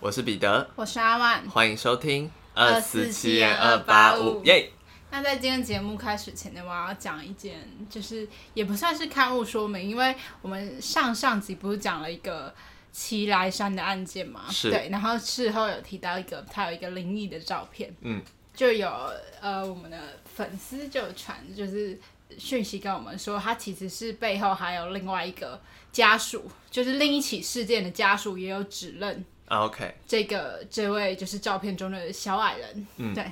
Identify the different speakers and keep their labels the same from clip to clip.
Speaker 1: 我是彼得，
Speaker 2: 我是阿万。
Speaker 1: 欢迎收听
Speaker 2: 247 285
Speaker 1: 耶！
Speaker 2: 那在今天节目开始前呢，我要讲一件，就是也不算是刊物说明，因为我们上上集不是讲了一个齐来山的案件嘛？
Speaker 1: 是
Speaker 2: 对，然后事后有提到一个，他有一个灵异的照片，
Speaker 1: 嗯，
Speaker 2: 就有呃我们的粉丝就有传就是讯息跟我们说，他其实是背后还有另外一个家属，就是另一起事件的家属也有指认
Speaker 1: 啊，OK，
Speaker 2: 这个这位就是照片中的小矮人，
Speaker 1: 嗯
Speaker 2: 对。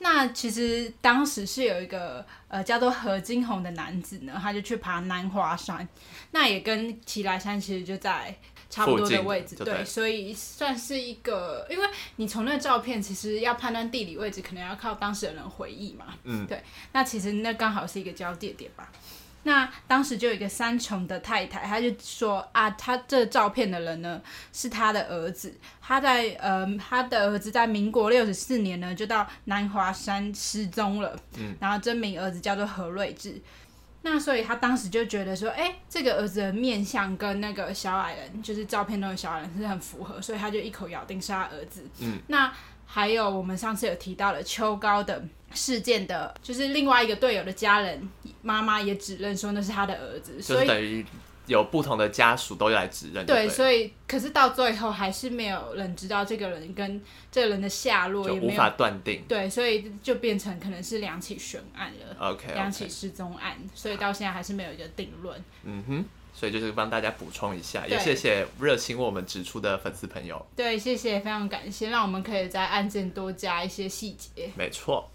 Speaker 2: 那其实当时是有一个呃叫做何金红的男子呢，他就去爬南华山，那也跟奇来山其实就在差不多
Speaker 1: 附
Speaker 2: 的
Speaker 1: 近
Speaker 2: 位置，
Speaker 1: 就对
Speaker 2: 对，所以算是一个，因为你从那个照片其实要判断地理位置，可能要靠当事人的回忆嘛，
Speaker 1: 嗯，
Speaker 2: 对。那其实那刚好是一个交界点吧。那当时就有一个三重的太太，她就说啊，她这照片的人呢是她的儿子，他在呃，他的儿子在民国六十四年呢，就到南华山失踪了。嗯，然后真名儿子叫做何瑞智。那所以他当时就觉得说，哎、这个儿子的面相跟那个小矮人，就是照片中的小矮人是很符合，所以他就一口咬定是他儿子。嗯，那还有我们上次有提到的秋高的事件的，就是另外一个队友的家人妈妈也指认说那是他的儿子，
Speaker 1: 就
Speaker 2: 所
Speaker 1: 是
Speaker 2: 以
Speaker 1: 等于有不同的家属都来指认，
Speaker 2: 对，
Speaker 1: 对，
Speaker 2: 所以可是到最后还是没有人知道这个人跟这个人的下落，
Speaker 1: 就
Speaker 2: 也
Speaker 1: 无
Speaker 2: 没
Speaker 1: 法
Speaker 2: 有
Speaker 1: 断定。
Speaker 2: 对，所以就变成可能是两起悬案了，
Speaker 1: OK，,
Speaker 2: 两
Speaker 1: o
Speaker 2: 起
Speaker 1: k
Speaker 2: 失踪案，所以到现在还是没有一个定论。
Speaker 1: 嗯哼，所以就是帮大家补充一下，也
Speaker 2: 对
Speaker 1: 谢谢热心为我们指出的粉丝朋友，
Speaker 2: 对，谢谢，非常感谢，让我们可以在案件多加一些细节。
Speaker 1: 没错。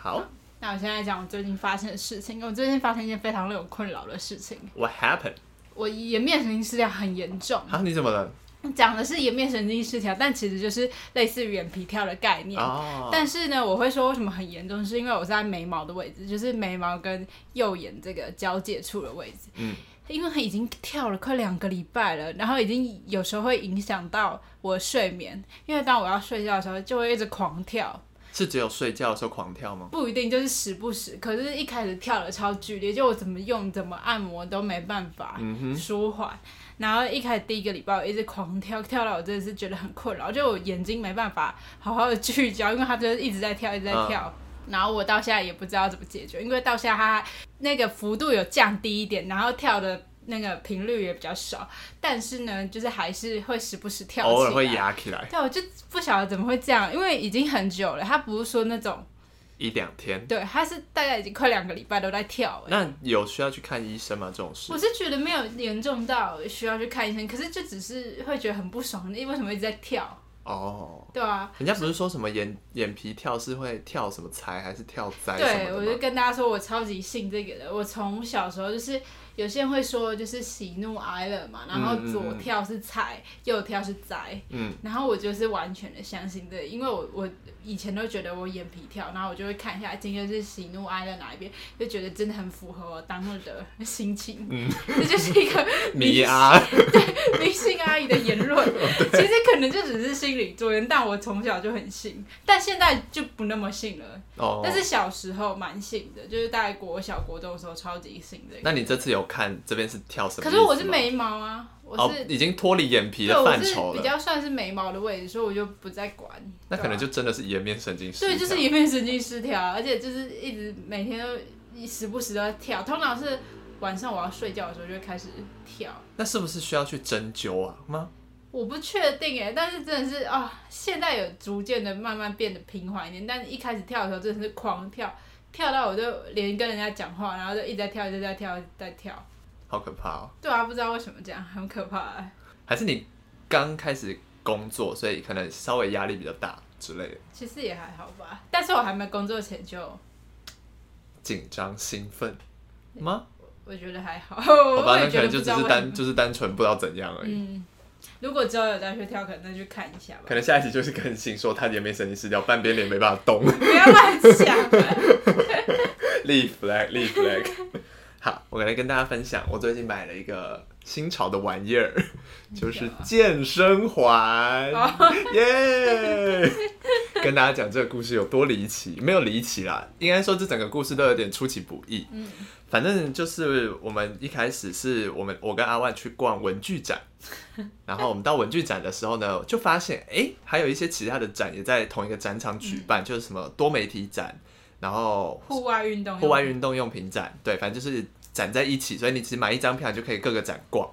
Speaker 1: 好
Speaker 2: 那我现在讲我最近发生的事情，我最近发生一件非常令我困扰的事情，
Speaker 1: ，What happened？
Speaker 2: 我颜面神经失调很严重，
Speaker 1: 啊，你怎么了？
Speaker 2: 讲的是颜面神经失调，但其实就是类似于眼皮跳的概念。
Speaker 1: 哦，
Speaker 2: 但是呢，我会说为什么很严重，是因为我在眉毛的位置，就是眉毛跟右眼这个交界处的位置。
Speaker 1: 嗯，
Speaker 2: 因为它已经跳了快两个礼拜了，然后已经有时候会影响到我的睡眠，因为当我要睡觉的时候就会一直狂跳，
Speaker 1: 是只有睡觉的时候狂跳吗？
Speaker 2: 不一定就是时不时，可是一开始跳的超剧烈，就我怎么用怎么按摩都没办法
Speaker 1: 嗯
Speaker 2: 舒缓。然后一开始第一个礼拜我一直狂跳，跳到我真的是觉得很困扰，就我眼睛没办法好好的聚焦，因为它就是一直在跳，一直在
Speaker 1: 啊
Speaker 2: 跳。然后我到现在也不知道怎么解决，因为到现在它那个幅度有降低一点，然后跳的那个频率也比较少，但是呢，就是还是会时不时跳起来，
Speaker 1: 偶尔会压起来
Speaker 2: 对，我就不晓得怎么会这样，因为已经很久了，它不是说那种。
Speaker 1: 一两天，
Speaker 2: 对，他是大概已经快两个礼拜都在跳、欸。
Speaker 1: 那有需要去看医生吗？这种事
Speaker 2: 我？是觉得没有严重到需要去看医生，可是就只是会觉得很不爽，你为什么一直在跳？
Speaker 1: 哦，
Speaker 2: 对啊，
Speaker 1: 人家不是说什么眼眼皮跳是会跳什么财还是跳灾什
Speaker 2: 对，
Speaker 1: 么
Speaker 2: 我
Speaker 1: 的
Speaker 2: 就
Speaker 1: 吗？
Speaker 2: 跟大家说，我超级信这个的。我从小时候就是，有些人会说就是喜怒哀乐嘛，然后
Speaker 1: 嗯嗯嗯
Speaker 2: 左跳是财，右跳是灾，
Speaker 1: 嗯，
Speaker 2: 然后我就是完全的相信这个，因为我我以前都觉得我眼皮跳，然后我就会看一下今天是喜怒哀乐哪一边，就觉得真的很符合我当日的心情，嗯，这就 是一个
Speaker 1: 你啊， 哦
Speaker 2: 明星阿姨的言 论，其实可能就只是心理作用，但我从小就很信，但现在就不那么信了。
Speaker 1: 哦
Speaker 2: 但，是小时候蛮信的，就是大概国小、国中的时候超级信这个。
Speaker 1: 那你这次有看这边是跳什么意思吗？
Speaker 2: 可是我是眉毛啊，我
Speaker 1: 哦
Speaker 2: 是、，
Speaker 1: 已经脱离眼皮
Speaker 2: 对，
Speaker 1: 的
Speaker 2: 我
Speaker 1: 范
Speaker 2: 是
Speaker 1: 畴
Speaker 2: 比
Speaker 1: 了，
Speaker 2: 较算是眉毛的位置，所以我就不再管。
Speaker 1: 那可能
Speaker 2: 对啊
Speaker 1: 就真的是颜面神经失
Speaker 2: 啊对，
Speaker 1: 调。
Speaker 2: 就是颜面神经失调，啊而且就是一直每天都时不时都在跳，通常是晚上我要睡觉的时候就会开始跳。
Speaker 1: 那是不是需要去针灸啊？吗？
Speaker 2: 我不确定哎，但是真的是啊、现在有逐渐的慢慢变得平缓一点，但一开始跳的时候真的是狂跳，跳到我就连跟人家讲话，然后就一直在跳，一直在跳，一直在跳。
Speaker 1: 好可怕哦！
Speaker 2: 对啊，不知道为什么这样， 很可怕欸。
Speaker 1: 还是你刚开始工作，所以可能稍微压力比较大之类的，
Speaker 2: 其实也还好吧，但是我还没工作前就
Speaker 1: 紧张兴奋吗？
Speaker 2: 我觉得还好，
Speaker 1: 好
Speaker 2: 我
Speaker 1: 吧，那
Speaker 2: 也
Speaker 1: 可
Speaker 2: 觉得
Speaker 1: 能
Speaker 2: 不
Speaker 1: 就
Speaker 2: 知
Speaker 1: 只
Speaker 2: 道
Speaker 1: 是
Speaker 2: 为什
Speaker 1: 单
Speaker 2: 么。
Speaker 1: 就是单纯不知道怎样而已。
Speaker 2: 嗯，如果之后有再去跳，可能再去看一下吧
Speaker 1: 可。能下一集就是更新说他颜面神经失调，半边脸没办法动。
Speaker 2: 不要乱想。啊
Speaker 1: 立 flag，立 flag。好，我来跟大家分享，我最近买了一个新潮的玩意儿，就是健身环，耶！跟大家讲这个故事有多离奇，没有离奇啦，应该说这整个故事都有点出其不意。嗯，反正就是我们一开始是我们我跟阿万去逛文具展，然后我们到文具展的时候呢，就发现哎、诶还有一些其他的展也在同一个展场举办，就是什么多媒体展，然后
Speaker 2: 户外运动，
Speaker 1: 户外运动用品展，对，反正就是展在一起，所以你只买一张票，你就可以各个展逛。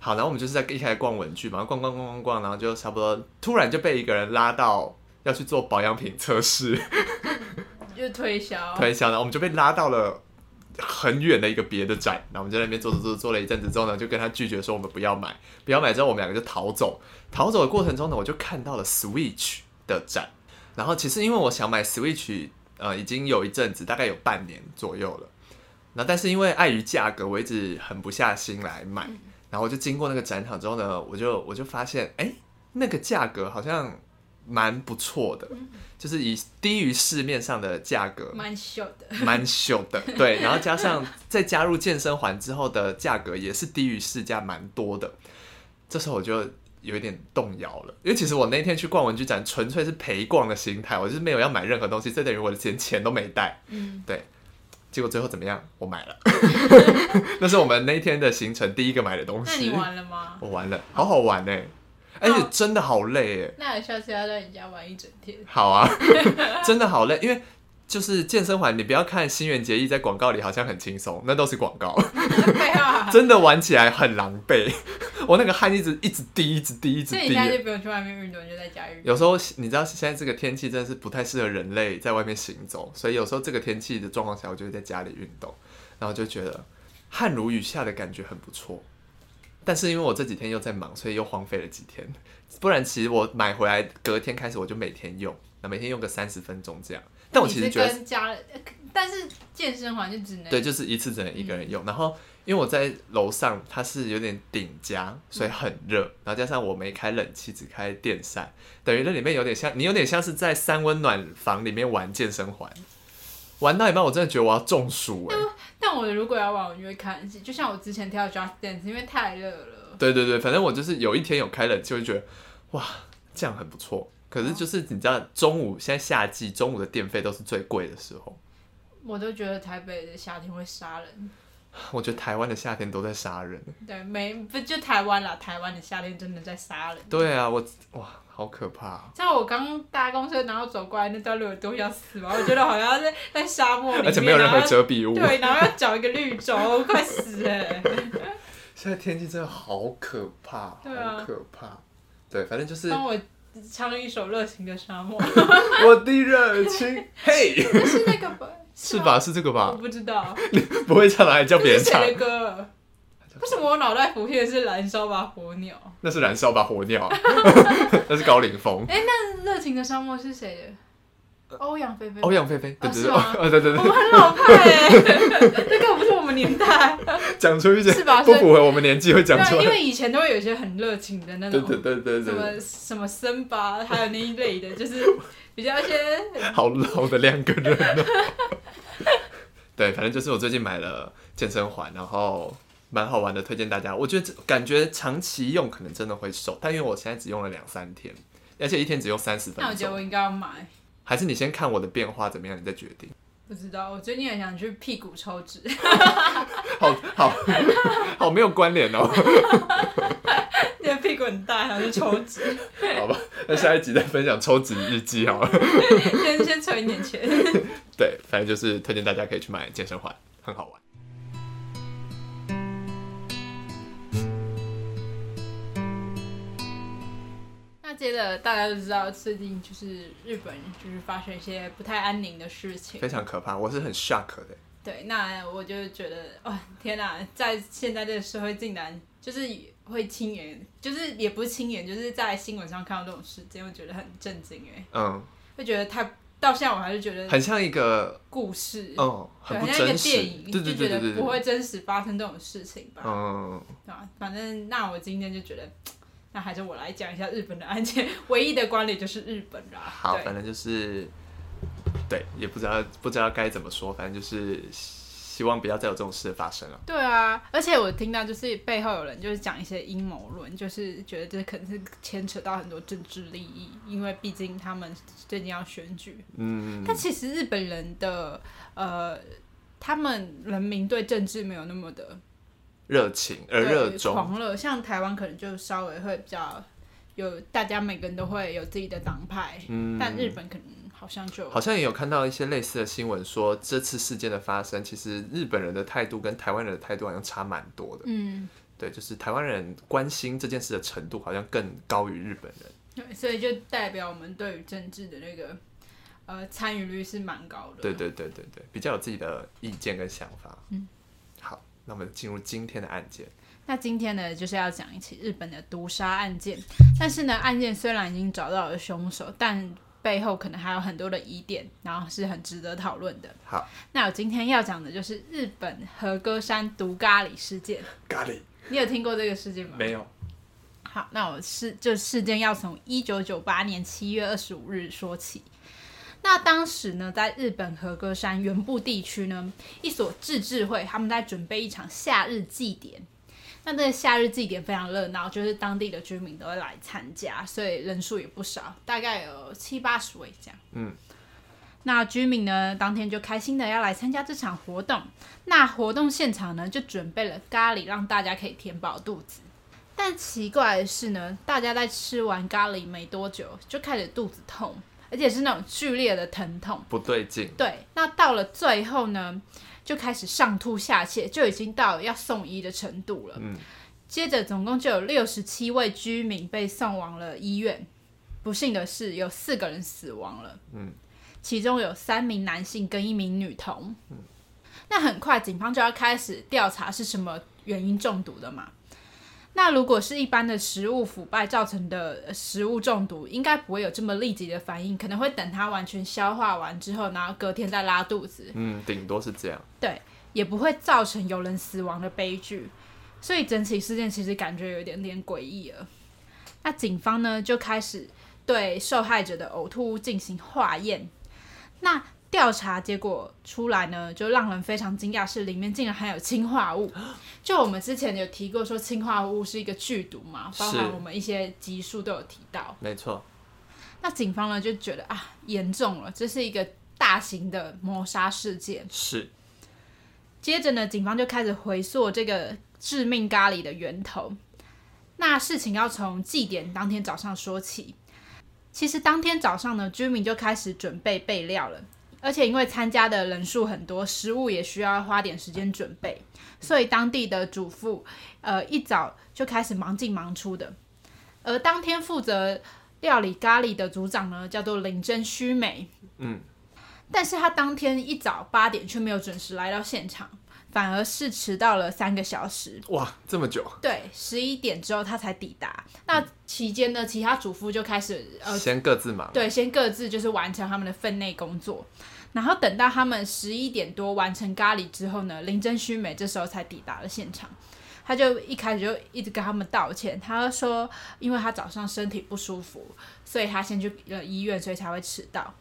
Speaker 1: 好，然后我们就是在一开始逛文具嘛，逛逛逛逛逛，然后就差不多，突然就被一个人拉到要去做保养品测试
Speaker 2: 就推销，
Speaker 1: 推销，然后我们就被拉到了很远的一个别的展，然后我们就在那边坐坐坐坐了一阵子之后呢，就跟他拒绝说我们不要买，不要买之后我们两个就逃走，逃走的过程中呢，我就看到了 Switch 的展，然后其实因为我想买 Switch，呃，已经有一阵子，大概有半年左右了。那但是因为碍于价格，我一直狠不下心来买。然后我就经过那个展场之后呢，我就我就发现，哎、那个价格好像蛮不错的，就是以低于市面上的价格
Speaker 2: 蛮秀的。
Speaker 1: 蛮秀的， 对，然后加上再加入健身环之后的价格也是低于市价蛮多的，这时候我就有一点动摇了，因为其实我那天去逛文具展，纯粹是陪逛的心态，我就是没有要买任何东西，这等于我连钱都没带，
Speaker 2: 嗯，
Speaker 1: 对，结果最后怎么样？我买了， 那是我们那天的行程第一个买的东
Speaker 2: 那你
Speaker 1: 西，
Speaker 2: 玩了吗？
Speaker 1: 我玩了，好好玩呢、而且
Speaker 2: 哦
Speaker 1: 真的好累哎、
Speaker 2: 那我下次要让人家玩一整天。
Speaker 1: 好啊， 真的好累，因为就是健身环，你不要看新垣结衣在广告里好像很轻松，那都是广告，
Speaker 2: 对啊，
Speaker 1: 真的玩起来很狼狈。 我那个汗一直一直滴，一直滴，一直
Speaker 2: 所以
Speaker 1: 滴
Speaker 2: 你现在
Speaker 1: 耶。
Speaker 2: 就不用去外面运动，你就在家运动。
Speaker 1: 有时候你知道现在这个天气真的是不太适合人类在外面行走，所以有时候这个天气的状况下，我就会在家里运动，然后就觉得汗如雨下的感觉很不错。但是因为我这几天又在忙，所以又荒废了几天。不然其实我买回来隔天开始我就每天用，那每天用个三十分钟这样。但我其实
Speaker 2: 你是
Speaker 1: 觉得
Speaker 2: 跟家 人，呃但是健身环就只能
Speaker 1: 对，就是一次只能一
Speaker 2: 嗯
Speaker 1: 个人用。然后因为我在楼上，它是有点顶加，所以很热。然后加上我没开冷气，只开电扇，等于那里面有点像你有点像是在三温暖房里面玩健身环，玩到一半我真的觉得我要中暑哎、
Speaker 2: 但我如果要玩，我就会看，就像我之前跳 Just Dance，因为太热了。
Speaker 1: 对对对，反正我就是有一天有开冷气，我就觉得哇，这样很不错。可是就是你知道，中午现在夏季，中午的电费都是最贵的时候。
Speaker 2: 我都觉得台北的夏天会杀人，
Speaker 1: 我觉得台湾的夏天都在杀人。
Speaker 2: 对，没不就台湾啦，台湾的夏天真的在杀人。
Speaker 1: 对啊，我哇，好可怕啊、
Speaker 2: 像我刚搭公车，然后走过来那段路，我都要死亡，我觉得好像在在沙漠里面，
Speaker 1: 而且没有任何
Speaker 2: 然后
Speaker 1: 遮蔽物。
Speaker 2: 对，然后要找一个绿洲，我快死了。
Speaker 1: 现在天气真的好可怕，
Speaker 2: 对啊哦
Speaker 1: 好可怕。对，反正 就是
Speaker 2: 帮我唱一首《热情的 沙漠》，
Speaker 1: 我的热 情，嘿，
Speaker 2: 是那个吧？
Speaker 1: 是
Speaker 2: 吗？
Speaker 1: 吧？是这个
Speaker 2: 我
Speaker 1: 吧？
Speaker 2: 不知道，
Speaker 1: 不会唱的还叫 别
Speaker 2: 这
Speaker 1: 人
Speaker 2: 是
Speaker 1: 唱，
Speaker 2: 谁的歌？为什么我脑袋浮现的是《燃烧吧火鸟》？
Speaker 1: 那是燃烧吧火 鸟，那是高凌风，
Speaker 2: 哎、那《热情的沙漠》是谁
Speaker 1: 呃
Speaker 2: 的？欧阳菲菲。
Speaker 1: 欧阳菲菲，对
Speaker 2: 哦
Speaker 1: 对
Speaker 2: 是
Speaker 1: 对，
Speaker 2: 吗
Speaker 1: 哦对对
Speaker 2: 我
Speaker 1: 对，
Speaker 2: 们很老派哎、 这个不是我们年代，
Speaker 1: 讲出一些
Speaker 2: 是吧
Speaker 1: 不
Speaker 2: 所以
Speaker 1: 符合我们年纪会
Speaker 2: 对
Speaker 1: 讲
Speaker 2: 啊，
Speaker 1: 出
Speaker 2: 因
Speaker 1: 来，
Speaker 2: 为以前都会有一些很热情的那
Speaker 1: 对
Speaker 2: 种，
Speaker 1: 对对对
Speaker 2: 什
Speaker 1: 对，
Speaker 2: 么什么森巴，还有那一类的，就是比较一些
Speaker 1: 好老的两个人哦。 对，反正就是我最近买了健身环，然后蛮好玩的，推荐大家。我觉得这感觉长期用可能真的会瘦，但因为我现在只用了两三天，而且一天只用三十分
Speaker 2: 那我觉得
Speaker 1: 钟。
Speaker 2: 我应该要买。
Speaker 1: 还是你先看我的变化怎么样，你再决定。
Speaker 2: 不知道，我最近很想去屁股抽脂，
Speaker 1: 好好 好，没有关联哦，
Speaker 2: 因为屁股很大，想去抽脂，
Speaker 1: 好吧。那下一集再分享抽脂日记好了。
Speaker 2: 先先存一点钱。
Speaker 1: 对，反正就是推荐大家可以去买健身环，很好玩。
Speaker 2: 那接着大家都知道，最近就是日本就是发生一些不太安宁的事情
Speaker 1: 非。常可怕，我是很 shock 的。
Speaker 2: 对，那我就觉得，哦，天哪、在现在这个社会，竟然就是会亲眼，就是也不是亲眼，就是在新闻上看到这种事件，我觉得很震惊哎，
Speaker 1: 嗯，
Speaker 2: 会觉得太到现在我还是觉得
Speaker 1: 很像一个，
Speaker 2: 故事，
Speaker 1: 嗯，很
Speaker 2: 对，
Speaker 1: 不
Speaker 2: 很像一
Speaker 1: 真
Speaker 2: 个
Speaker 1: 实
Speaker 2: 电影，，
Speaker 1: 对对
Speaker 2: 就
Speaker 1: 对对
Speaker 2: 觉
Speaker 1: 对
Speaker 2: 得不
Speaker 1: 对，
Speaker 2: 会真实发生这种事情吧，
Speaker 1: 嗯。
Speaker 2: 对吧、反正那我今天就觉得。那还是我来讲一下日本的案件， 唯一的关联就是日本啦。
Speaker 1: 好，
Speaker 2: 对
Speaker 1: 反正就是，对，也不知道不知道该怎么说，反正就是希望不要再有这种事发生了。
Speaker 2: 对啊，而且我听到就是背后有人就是讲一些阴谋论，就是觉得这可能是牵扯到很多政治利益，因为毕竟他们最近要选举。
Speaker 1: 嗯，
Speaker 2: 但其实日本人的呃，他们人民对政治没有那么的
Speaker 1: 热情而呃热
Speaker 2: 对
Speaker 1: 衷，
Speaker 2: 狂热，像台湾可能就稍微会比较有，大家每个人都会有自己的党派，
Speaker 1: 嗯，
Speaker 2: 但日本可能好像就
Speaker 1: 好像也有看到一些类似的新闻，说这次事件的发生，其实日本人的态度跟台湾人的态度好像差蛮多的。
Speaker 2: 嗯，
Speaker 1: 对，就是台湾人关心这件事的程度好像更高于日本人。
Speaker 2: 对，所以就代表我们对于政治的那个呃参与率是蛮高的。
Speaker 1: 对对对对对，比较有自己的意见跟想法。嗯，好，那我们进入今天的案件。
Speaker 2: 那今天呢，就是要讲一起日本的毒杀案件。但是呢，案件虽然已经找到了凶手，但背后可能还有很多的疑点，然后是很值得讨论的。
Speaker 1: 好，
Speaker 2: 那我今天要讲的就是日本和歌山毒咖喱事件。
Speaker 1: 咖喱
Speaker 2: 你有听过这个事件吗？
Speaker 1: 没有，
Speaker 2: 好，那我是这事件要从一九九八年七月二十五日说起。那当时呢，在日本和歌山原部地区呢，一所自治会他们在准备一场夏日祭典。那这个夏日祭典非常热闹，就是当地的居民都会来参加，所以人数也不少，大概有七八十位这样。
Speaker 1: 嗯。
Speaker 2: 那居民呢，当天就开心的要来参加这场活动。那活动现场呢，就准备了咖喱，让大家可以填饱肚子。但奇怪的是呢，大家在吃完咖喱没多久就开始肚子痛，而且是那种剧烈的疼痛。
Speaker 1: 不对劲。
Speaker 2: 对，那到了最后呢，就开始上吐下泻，就已经到了要送医的程度了。
Speaker 1: 嗯
Speaker 2: 接着总共就有六十七位居民被送往了医院，不幸的是有四个人死亡了。
Speaker 1: 嗯，
Speaker 2: 其中有三名男性跟一名女童。嗯，那很快警方就要开始调查是什么原因中毒的嘛。那如果是一般的食物腐败造成的呃食物中毒，应该不会有这么立即的反应，可能会等它完全消化完之后，然后隔天再拉肚子，
Speaker 1: 嗯，顶多是这样。
Speaker 2: 对，也不会造成有人死亡的悲剧。所以整起事件其实感觉有一点点诡异了。那警方呢就开始对受害者的呕吐物进行化验，那调查结果出来呢，就让人非常惊讶，是里面竟然含有氰化物。就我们之前有提过说氰化物是一个剧毒嘛，包
Speaker 1: 是
Speaker 2: 含我们一些集数都有提到。
Speaker 1: 没错，
Speaker 2: 那警方呢就觉得啊严重了，这是一个大型的谋杀事件。
Speaker 1: 是
Speaker 2: 接着呢，警方就开始回溯这个致命咖喱的源头。那事情要从祭典当天早上说起。其实当天早上呢，居民就开始准备备料了，而且因为参加的人数很多，食物也需要花点时间准备，所以当地的主妇呃一早就开始忙进忙出的。而当天负责料理咖喱的组长呢，叫做林真须美，但是他当天一早八点却没有准时来到现场，反而是迟到了三个小时。
Speaker 1: 哇，这么久，
Speaker 2: 对，十一点之后他才抵达。那期间呢，其他主妇就开始呃，
Speaker 1: 先各自忙。啊
Speaker 2: 对，先各自就是完成他们的分内工作。然后等到他们十一点多完成咖喱之后呢，林真须美这时候才抵达了现场。他就一开始就一直跟他们道歉，他说，因为他早上身体不舒服，所以他先去了医院，所以才会迟到。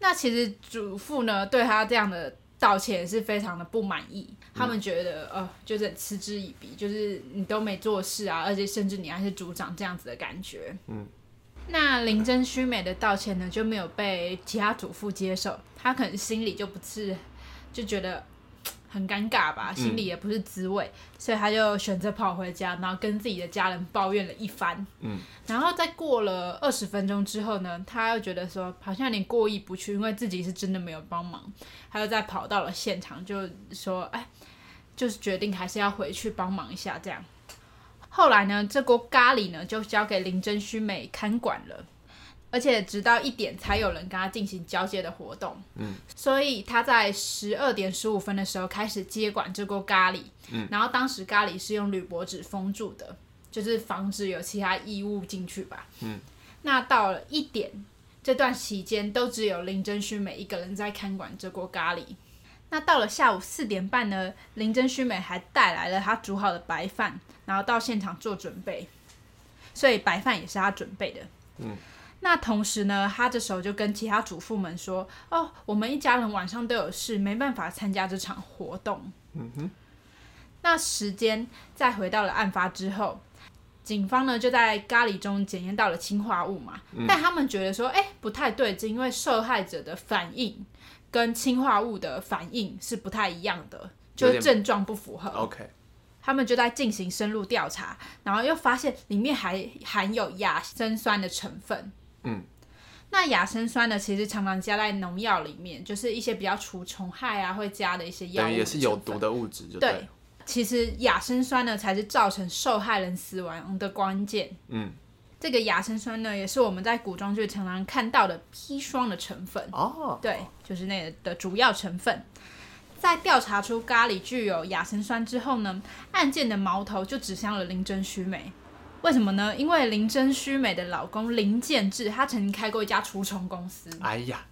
Speaker 2: 那其实主妇呢对他这样的道歉也是非常的不满意，他们觉得、呃就是很嗤之以鼻，就是你都没做事啊，而且甚至你还是组长这样子的感觉。
Speaker 1: 嗯，
Speaker 2: 那林真须美的道歉呢就没有被其他主妇接受，她可能心里就不是就觉得。嘖很尴尬吧，心里也不是滋味，所以她就选择跑回家，然后跟自己的家人抱怨了一番。然后在过了二十分钟之后呢，他又觉得说好像有点过意不去，因为自己是真的没有帮忙，他又再跑到了现场，就说哎，就是决定还是要回去帮忙一下这样。后来呢，这锅咖喱呢就交给林真须美看管了。而且直到一点才有人跟他进行交接的活动，嗯，所以他在十二点十五分的时候开始接管这锅咖喱，嗯，然后当时咖喱是用铝箔纸封住的，就是防止有其他异物进去吧。嗯，那到了一点这段期间，都只有林真须美一个人在看管这锅咖喱。那到了下午四点半呢，林真须美还带来了她煮好的白饭，然后到现场做准备，所以白饭也是她准备的。嗯，那同时呢，他这时候就跟其他主妇们说：“哦，我们一家人晚上都有事，没办法参加这场活动。”
Speaker 1: 嗯哼，
Speaker 2: 那时间再回到了案发之后，警方呢就在咖喱中检验到了氰化物嘛，
Speaker 1: 嗯
Speaker 2: 但他们觉得说，哎、不太对劲，因为受害者的反应跟氰化物的反应是不太一样的，
Speaker 1: 有
Speaker 2: 就
Speaker 1: 点
Speaker 2: 是症状不符合。
Speaker 1: ，OK，
Speaker 2: 他们就在进行深入调查，然后又发现里面还含有亚砷酸的成分。
Speaker 1: 嗯，
Speaker 2: 那亚砷酸呢，其实常常加在农药里面，就是一些比较除虫害啊会加的一些药
Speaker 1: 等
Speaker 2: 物，
Speaker 1: 于也是有毒。的物质，就
Speaker 2: 对
Speaker 1: 了
Speaker 2: 其实亚砷酸呢，才是造成受害人死亡的关键。
Speaker 1: 嗯，
Speaker 2: 这个亚砷酸呢，也是我们在古装剧常常看到的砒霜的成分。
Speaker 1: 哦，
Speaker 2: 对，就是那个的主要成分。在调查出咖喱具有亚砷酸之后呢，案件的矛头就指向了林真须美。为什么呢？因为林真须美的老公林建志，他曾经开过一家除虫公司，
Speaker 1: 哎呀，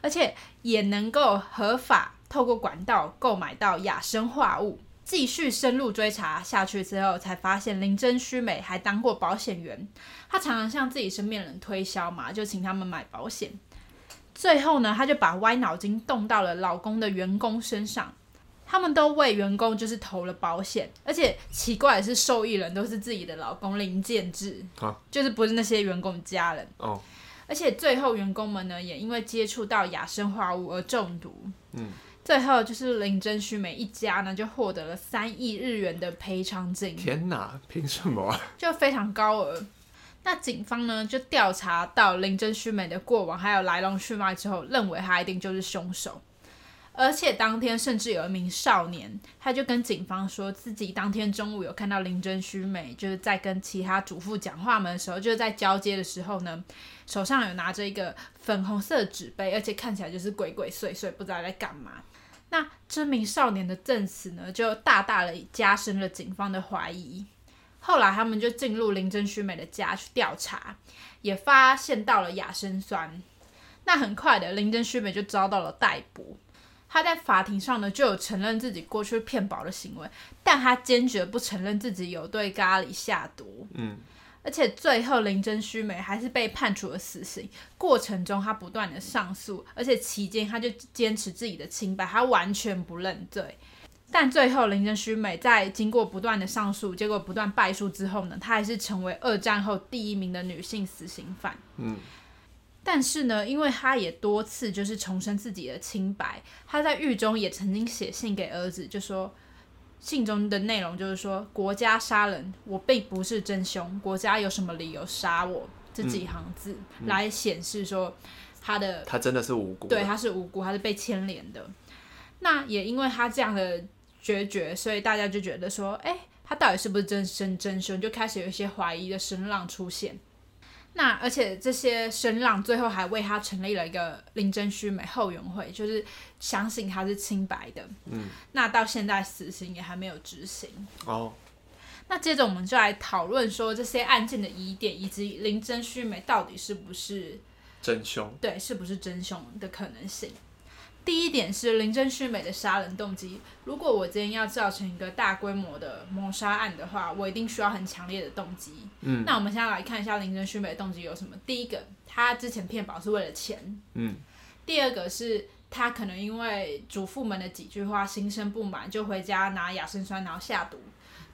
Speaker 2: 而且也能够合法透过管道购买到亚砷化物。继续深入追查下去之后，才发现林真须美还当过保险员，她常常向自己身边人推销嘛，就请他们买保险。最后呢，她就把歪脑筋动到了老公的员工身上，他们都为员工就是投了保险，而且奇怪的是，受益人都是自己的老公林建志，
Speaker 1: 啊
Speaker 2: 就是不是那些员工家人。
Speaker 1: 哦，
Speaker 2: 而且最后员工们呢，也因为接触到亚砷化物而中毒。嗯，最后就是林真须美一家呢，就获得了三亿日元的赔偿金，
Speaker 1: 天哪，凭什么啊？
Speaker 2: 就非常高额。那警方呢，就调查到林真须美的过往还有来龙去脉之后，认为他一定就是凶手。而且当天甚至有一名少年，他就跟警方说自己当天中午有看到林真须美，就是在跟其他主妇讲话们的时候，就是在交接的时候呢，手上有拿着一个粉红色的纸杯，而且看起来就是鬼鬼祟祟，不知道在干嘛。那这名少年的证词呢，就大大的加深了警方的怀疑。后来他们就进入林真须美的家去调查，也发现到了亚砷酸。那很快的，林真须美就遭到了逮捕。她在法庭上呢，就有承认自己过去骗保的行为，但她坚决不承认自己有对咖喱下毒。
Speaker 1: 嗯，
Speaker 2: 而且最后林真须美还是被判处了死刑。过程中，她不断的上诉，而且期间她就坚持自己的清白，她完全不认罪。但最后林真须美在经过不断的上诉，结果不断败诉之后呢，她还是成为二战后第一名的女性死刑犯。
Speaker 1: 嗯，
Speaker 2: 但是呢，因为她也多次就是重申自己的清白，她在狱中也曾经写信给儿子，就说。信中的内容就是说，国家杀人，我并不是真凶，国家有什么理由杀我？这几行字、来显示说他的
Speaker 1: 他真的是无辜的，
Speaker 2: 对，他是无辜，他是被牵连的。那也因为他这样的决绝，所以大家就觉得说，哎、他到底是不是真真真凶？就开始有一些怀疑的声浪出现。那而且这些声浪最后还为他成立了一个林真须美后援会，就是相信他是清白的。嗯，那到现在死刑也还没有执行。
Speaker 1: 哦，
Speaker 2: 那接着我们就来讨论说这些案件的疑点，以及林真须美到底是不是
Speaker 1: 真凶，
Speaker 2: 对是不是真凶的可能性。第一点是林真须美的杀人动机。如果我今天要造成一个大规模的谋杀案的话，我一定需要很强烈的动机。
Speaker 1: 嗯，
Speaker 2: 那我们现在来看一下林真须美的动机有什么。第一个，她之前骗保是为了钱。
Speaker 1: 嗯。
Speaker 2: 第二个是她可能因为主妇们的几句话心生不满，就回家拿亚砷酸然后下毒。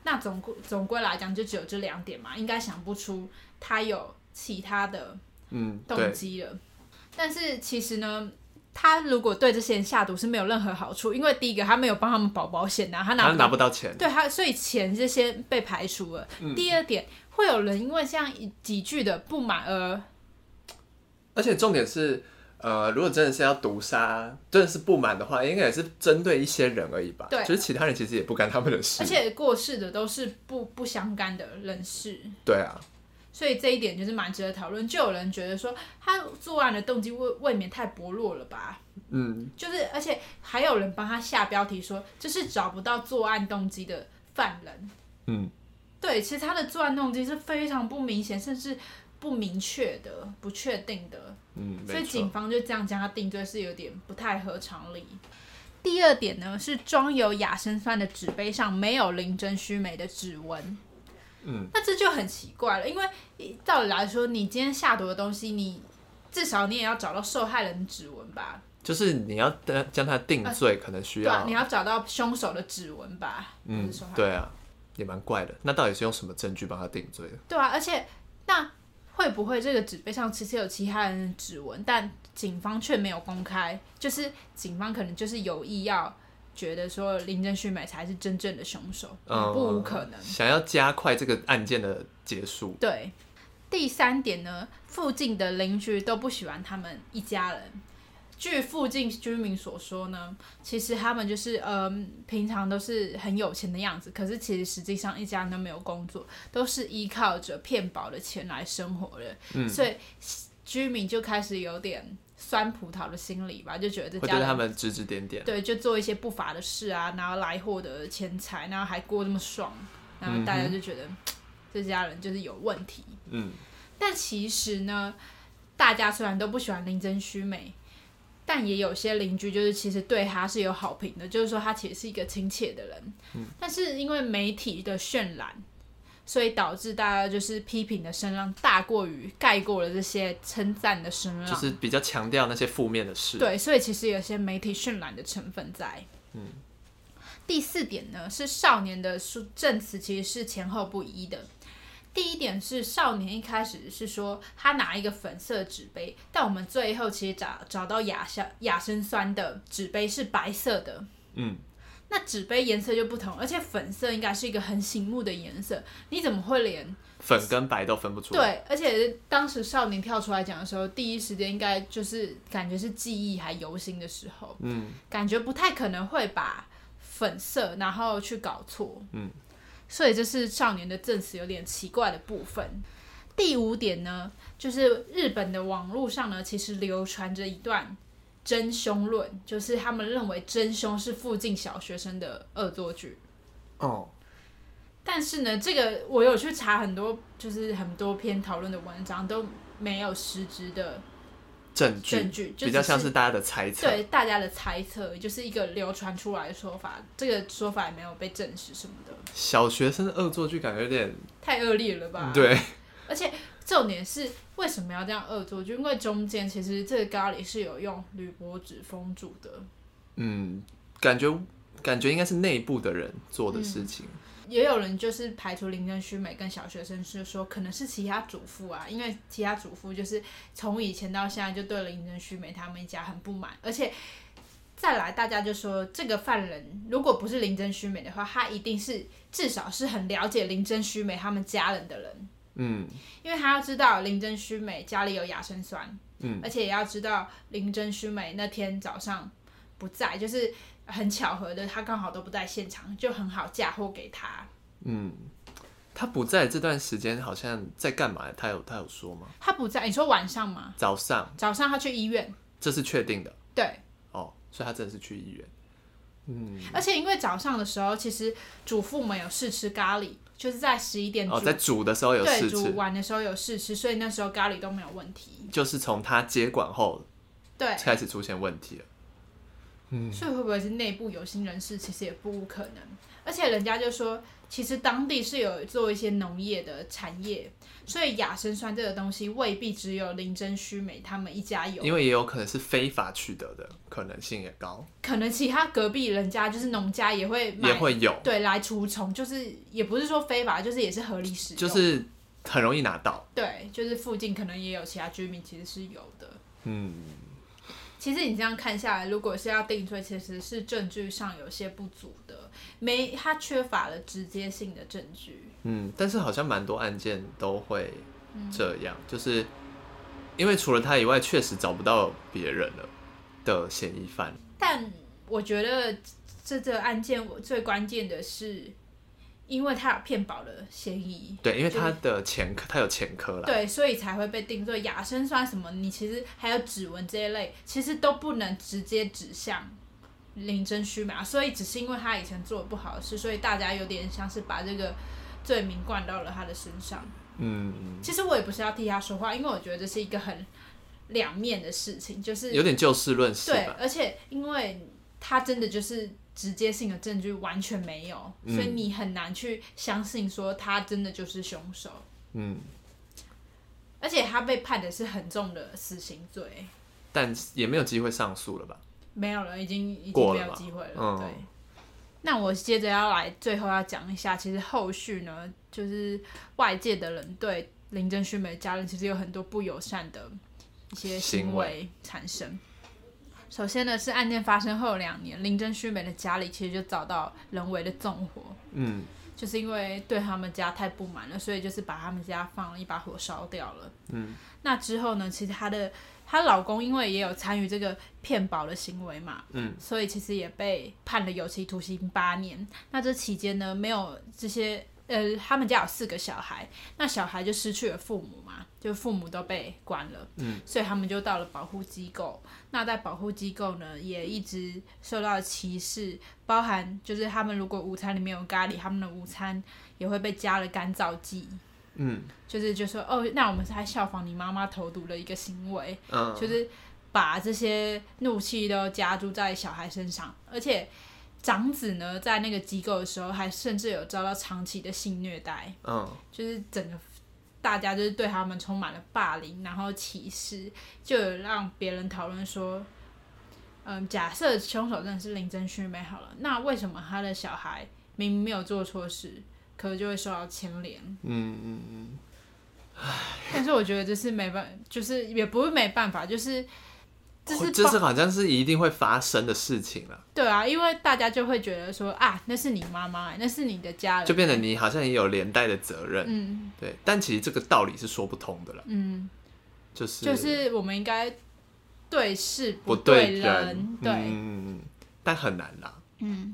Speaker 2: 那总归总归来讲，就只有这两点嘛，应该想不出她有其他的
Speaker 1: 嗯，
Speaker 2: 动
Speaker 1: 对，
Speaker 2: 机了。但是其实呢，他如果对这些人下毒是没有任何好处，因为第一个他没有帮他们保保险呐、啊，他拿
Speaker 1: 他
Speaker 2: 不
Speaker 1: 拿不到钱，
Speaker 2: 对他，所以钱这些被排除了。第二点，会有人因为这样一几句的不满呃而
Speaker 1: 而且重点是，呃，如果真的是要毒杀，真的是不满的话，应该也是针对一些人而已吧。
Speaker 2: 对
Speaker 1: 就是其他人其实也不干他们的事。
Speaker 2: 而且过世的都是不不相干的人士。
Speaker 1: 对啊，
Speaker 2: 所以这一点就是蛮值得讨论。就有人觉得说，他作案的动机未未免太薄弱了吧？
Speaker 1: 嗯，
Speaker 2: 就是而且还有人帮他下标题说，这是找不到作案动机的犯人。
Speaker 1: 嗯，
Speaker 2: 对，其实他的作案动机是非常不明显，甚至不明确的、不确定的，
Speaker 1: 嗯，
Speaker 2: 所以
Speaker 1: 没
Speaker 2: 警
Speaker 1: 错，
Speaker 2: 方就这样将他定罪是有点不太合常理。第二点呢，是装有亚砷酸的纸杯上没有林真须美的指纹。
Speaker 1: 嗯，
Speaker 2: 那这就很奇怪了，因为照理来说，你今天下毒的东西，你至少你也要找到受害人指纹吧，
Speaker 1: 就是你要呃将他定罪，可能需
Speaker 2: 啊对吧、
Speaker 1: 要
Speaker 2: 你，要找到凶手的指纹吧，
Speaker 1: 嗯
Speaker 2: 就是受害，人
Speaker 1: 对啊，也蛮怪的。那到底是用什么证据帮他定罪的？
Speaker 2: 对啊，而且那会不会这个纸杯上其实有其他人的指纹，但警方却没有公开？就是警方可能就是有意要觉得说林正旭美才是真正的凶手，
Speaker 1: 嗯，
Speaker 2: 不无可能。
Speaker 1: 想要加快这个案件的结束，
Speaker 2: 对，第三点呢，附近的邻居都不喜欢他们一家人。据附近居民所说呢，其实他们就是嗯，平常都是很有钱的样子，可是其实实际上一家人都没有工作，都是依靠着骗保的钱来生活的，所以居民就开始有点酸葡萄的心理吧，就觉得这
Speaker 1: 会
Speaker 2: 家
Speaker 1: 对
Speaker 2: 人
Speaker 1: 他们指指点点。
Speaker 2: 对，就做一些不法的事啊，然后来获得钱财，然后还过那么爽，然后大家就觉得、嗯这家人就是有问题。
Speaker 1: 嗯，
Speaker 2: 但其实呢，大家虽然都不喜欢林真须美，但也有些邻居就是其实对她是有好评的，就是说她其实是一个亲切的人。
Speaker 1: 嗯
Speaker 2: 但是因为媒体的渲染，所以导致大家就是批评的声浪大过于盖过了这些称赞的声浪。
Speaker 1: 就是比较强调那些负面的事。
Speaker 2: 对，所以其实有些媒体渲染的成分在。嗯，第四点呢是少年的书证词其实是前后不一的。第一点是少年一开始是说他拿一个粉色纸杯，但我们最后其实找找到亚硝亚砷酸的纸杯是白色的。
Speaker 1: 嗯，
Speaker 2: 那纸杯颜色就不同，而且粉色应该是一个很醒目的颜色，你怎么会连
Speaker 1: 粉跟白都分不出来。
Speaker 2: 对，而且当时少年跳出来讲的时候，第一时间应该就是感觉是记忆还犹新的时候，
Speaker 1: 嗯，
Speaker 2: 感觉不太可能会把粉色然后去搞错，
Speaker 1: 嗯，
Speaker 2: 所以这是少年的证词有点奇怪的部分。第五点呢，就是日本的网络上呢，其实流传着一段真凶论，就是他们认为真凶是附近小学生的恶作剧。
Speaker 1: 哦，
Speaker 2: 但是呢，这个我有去查很多，就是很多篇讨论的文章都没有实质的
Speaker 1: 证据
Speaker 2: 证据，就
Speaker 1: 嗯比较
Speaker 2: 只
Speaker 1: 像是大家的猜测。
Speaker 2: 对大家的猜测，就是一个流传出来的说法，这个说法也没有被证实什么的，
Speaker 1: 小学生的恶作剧感觉有点
Speaker 2: 太恶劣了吧？，
Speaker 1: 对，
Speaker 2: 而且重点是为什么要这样恶作剧？因为中间其实这个咖喱是有用铝箔纸封住的，
Speaker 1: 嗯，感觉感觉应该是内部的人做的
Speaker 2: 嗯
Speaker 1: 事情。
Speaker 2: 也有人就是排除林正虚美跟小学生，是说可能是其他主妇啊，因为其他主妇就是从以前到现在就对林正虚美他们一家很不满，而且再来大家就说这个犯人如果不是林正虚美的话，他一定是至少是很了解林正虚美他们家人的人，
Speaker 1: 嗯，
Speaker 2: 因为他要知道林正虚美家里有亚砷酸，
Speaker 1: 嗯，
Speaker 2: 而且也要知道林真虚美那天早上不在，就是很巧合的，他刚好都不在现场，就很好嫁祸给他。
Speaker 1: 他不在这段时间好像在干嘛？他有他有说吗？
Speaker 2: 他不在，你说晚上吗？
Speaker 1: 早上
Speaker 2: 早上他去医院，
Speaker 1: 这是确定的
Speaker 2: 对，
Speaker 1: 哦，所以他真的是去医院。嗯，
Speaker 2: 而且因为早上的时候，其实主妇们有试吃咖喱，就是在十一点煮，
Speaker 1: 哦，在煮的时候有
Speaker 2: 对，
Speaker 1: 试
Speaker 2: 煮
Speaker 1: 吃，
Speaker 2: 完的时候有试吃，所以那时候咖喱都没有问题。
Speaker 1: 就是从他接管后
Speaker 2: 对，
Speaker 1: 开始出现问题了。嗯
Speaker 2: 所以会不会是内部有心人士，其实也不无可能。而且人家就说，其实当地是有做一些农业的产业，所以亚砷酸这个东西未必只有林真须美他们一家有，
Speaker 1: 因为也有可能是非法取得的可能性也高，
Speaker 2: 可能其他隔壁人家就是农家也会买
Speaker 1: 也会有，
Speaker 2: 对，来除虫，就是也不是说非法，就是也是合理使用。
Speaker 1: 就是很容易拿到。
Speaker 2: 对，就是附近可能也有其他居民，其实是有的。
Speaker 1: 嗯，
Speaker 2: 其实你这样看下来，如果是要定罪，其实是证据上有些不足的，没它缺乏了直接性的证据。
Speaker 1: 嗯，但是好像蛮多案件都会这样，
Speaker 2: 嗯
Speaker 1: 就是因为除了他以外，确实找不到别人了的嫌疑犯。
Speaker 2: 但我觉得这这个案件我最关键的是，因为他有骗保的嫌疑，
Speaker 1: 对，因为
Speaker 2: 就是
Speaker 1: 他的前科，他有前科啦。
Speaker 2: 对，所以才会被定罪。亚砷酸什么，你其实还有指纹这一类，其实都不能直接指向林真虚嘛。所以只是因为他以前做的不好的事，所以大家有点像是把这个罪名灌到了他的身上。
Speaker 1: 嗯，
Speaker 2: 其实我也不是要替他说话，因为我觉得这是一个很两面的事情，就是
Speaker 1: 有点就事论事
Speaker 2: 对
Speaker 1: 吧。，
Speaker 2: 而且因为他真的就是直接性的证据完全没有，
Speaker 1: 嗯
Speaker 2: 所以你很难去相信说他真的就是凶手。
Speaker 1: 嗯，
Speaker 2: 而且他被判的是很重的死刑罪，
Speaker 1: 但也没有机会上诉了吧？
Speaker 2: 没有了，已经已经
Speaker 1: 过
Speaker 2: 没
Speaker 1: 了
Speaker 2: 有
Speaker 1: 吧
Speaker 2: 机会了。
Speaker 1: 嗯
Speaker 2: 对，那我接着要来，最后要讲一下，其实后续呢，就是外界的人对林正勋美的家人其实有很多不友善的一些行
Speaker 1: 行
Speaker 2: 为产生。首先呢，是案件发生后两年，林正勋美的家里其实就遭到人为的纵火，
Speaker 1: 嗯，
Speaker 2: 就是因为对他们家太不满了，所以就是把他们家放了一把火烧掉了。
Speaker 1: 嗯，
Speaker 2: 那之后呢，其实她的她老公因为也有参与这个骗保的行为嘛，
Speaker 1: 嗯，
Speaker 2: 所以其实也被判了有期徒刑八年。那这期间呢，没有这些呃，他们家有四个小孩，那小孩就失去了父母嘛，就父母都被关了，
Speaker 1: 嗯，
Speaker 2: 所以他们就到了保护机构。那在保护机构呢，也一直受到歧视，包含就是他们如果午餐里面有咖喱，他们的午餐也会被加了干燥剂。
Speaker 1: 嗯
Speaker 2: 就是就说哦，那我们是在效仿你妈妈投毒的一个行为，
Speaker 1: 嗯，
Speaker 2: 就是把这些怒气都加注在小孩身上，而且长子呢，在那个机构的时候，还甚至有遭到长期的性虐待，
Speaker 1: 嗯
Speaker 2: 就是整个大家就是对他们充满了霸凌，然后歧视，就有让别人讨论说，嗯，假设凶手真的是林真旭美好了，那为什么他的小孩明明没有做错事，可就会受到牵连？
Speaker 1: 嗯嗯嗯，
Speaker 2: 但是我觉得这是没办，就是也不是没办法，就是这是
Speaker 1: 哦这
Speaker 2: 报
Speaker 1: 是好像是一定会发生的事情了，
Speaker 2: 对啊，因为大家就会觉得说啊，那是你妈妈，那是你的家人，
Speaker 1: 就变得你好像也有连带的责任，
Speaker 2: 嗯
Speaker 1: 对。但其实这个道理是说不通的啦，
Speaker 2: 嗯，
Speaker 1: 就是
Speaker 2: 就是我们应该对事
Speaker 1: 不
Speaker 2: 对
Speaker 1: 对人，
Speaker 2: 对，
Speaker 1: 嗯，嗯嗯但很难啦，
Speaker 2: 嗯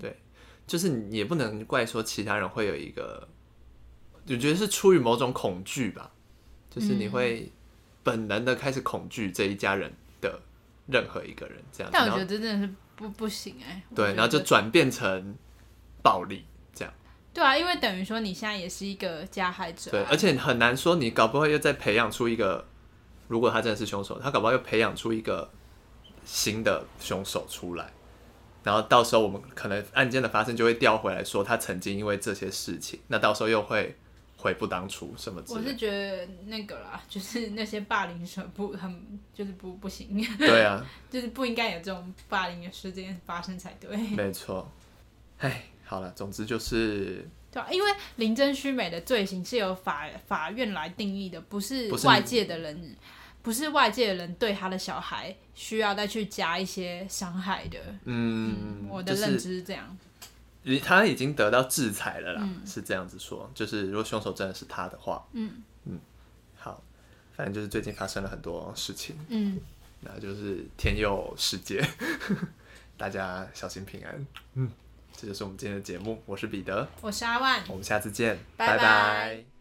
Speaker 1: 就是你也不能怪说其他人会有一个，我觉得是出于某种恐惧吧，就是你
Speaker 2: 嗯
Speaker 1: 会本能的开始恐惧这一家人的任何一个人这样子，
Speaker 2: 但我
Speaker 1: 然
Speaker 2: 觉
Speaker 1: 后
Speaker 2: 得这真的是不不行哎、我觉
Speaker 1: 对，
Speaker 2: 得
Speaker 1: 然后就转变成暴力这样，
Speaker 2: 对啊，因为等于说你现在也是一个加害者、
Speaker 1: 对，
Speaker 2: 啊，
Speaker 1: 而且很难说你搞不好又再培养出一个，如果他真的是凶手，他搞不好又培养出一个新的凶手出来。然后到时候我们可能案件的发生就会调回来说他曾经因为这些事情，那到时候又会悔不当初什么之
Speaker 2: 我
Speaker 1: 类
Speaker 2: 是
Speaker 1: 的。
Speaker 2: 觉得那个啦， 就是那些霸凌者不很就是不不行，
Speaker 1: 对啊，
Speaker 2: 就是不应该有这种霸凌的事件发生才对。
Speaker 1: 没错。哎，好了，总之就是
Speaker 2: 对啊、因为林真虚美的罪行是由法法院来定义的，不是
Speaker 1: 不是
Speaker 2: 外界的人，不是外界的人对他的小孩需要再去加一些伤害的。
Speaker 1: 嗯，
Speaker 2: 我的
Speaker 1: 就
Speaker 2: 认
Speaker 1: 是
Speaker 2: 知是这样。
Speaker 1: 已他已经得到制裁了啦，
Speaker 2: 嗯
Speaker 1: 是这样子说，就是如果凶手真的是他的话，嗯好，反正就是最近发生了很多事情，
Speaker 2: 嗯，
Speaker 1: 那就是天佑世界， 大家小心平安，嗯，这就是我们今天的节目，我是彼得，
Speaker 2: 我是阿万。
Speaker 1: 我们下次见，
Speaker 2: 拜拜
Speaker 1: 拜拜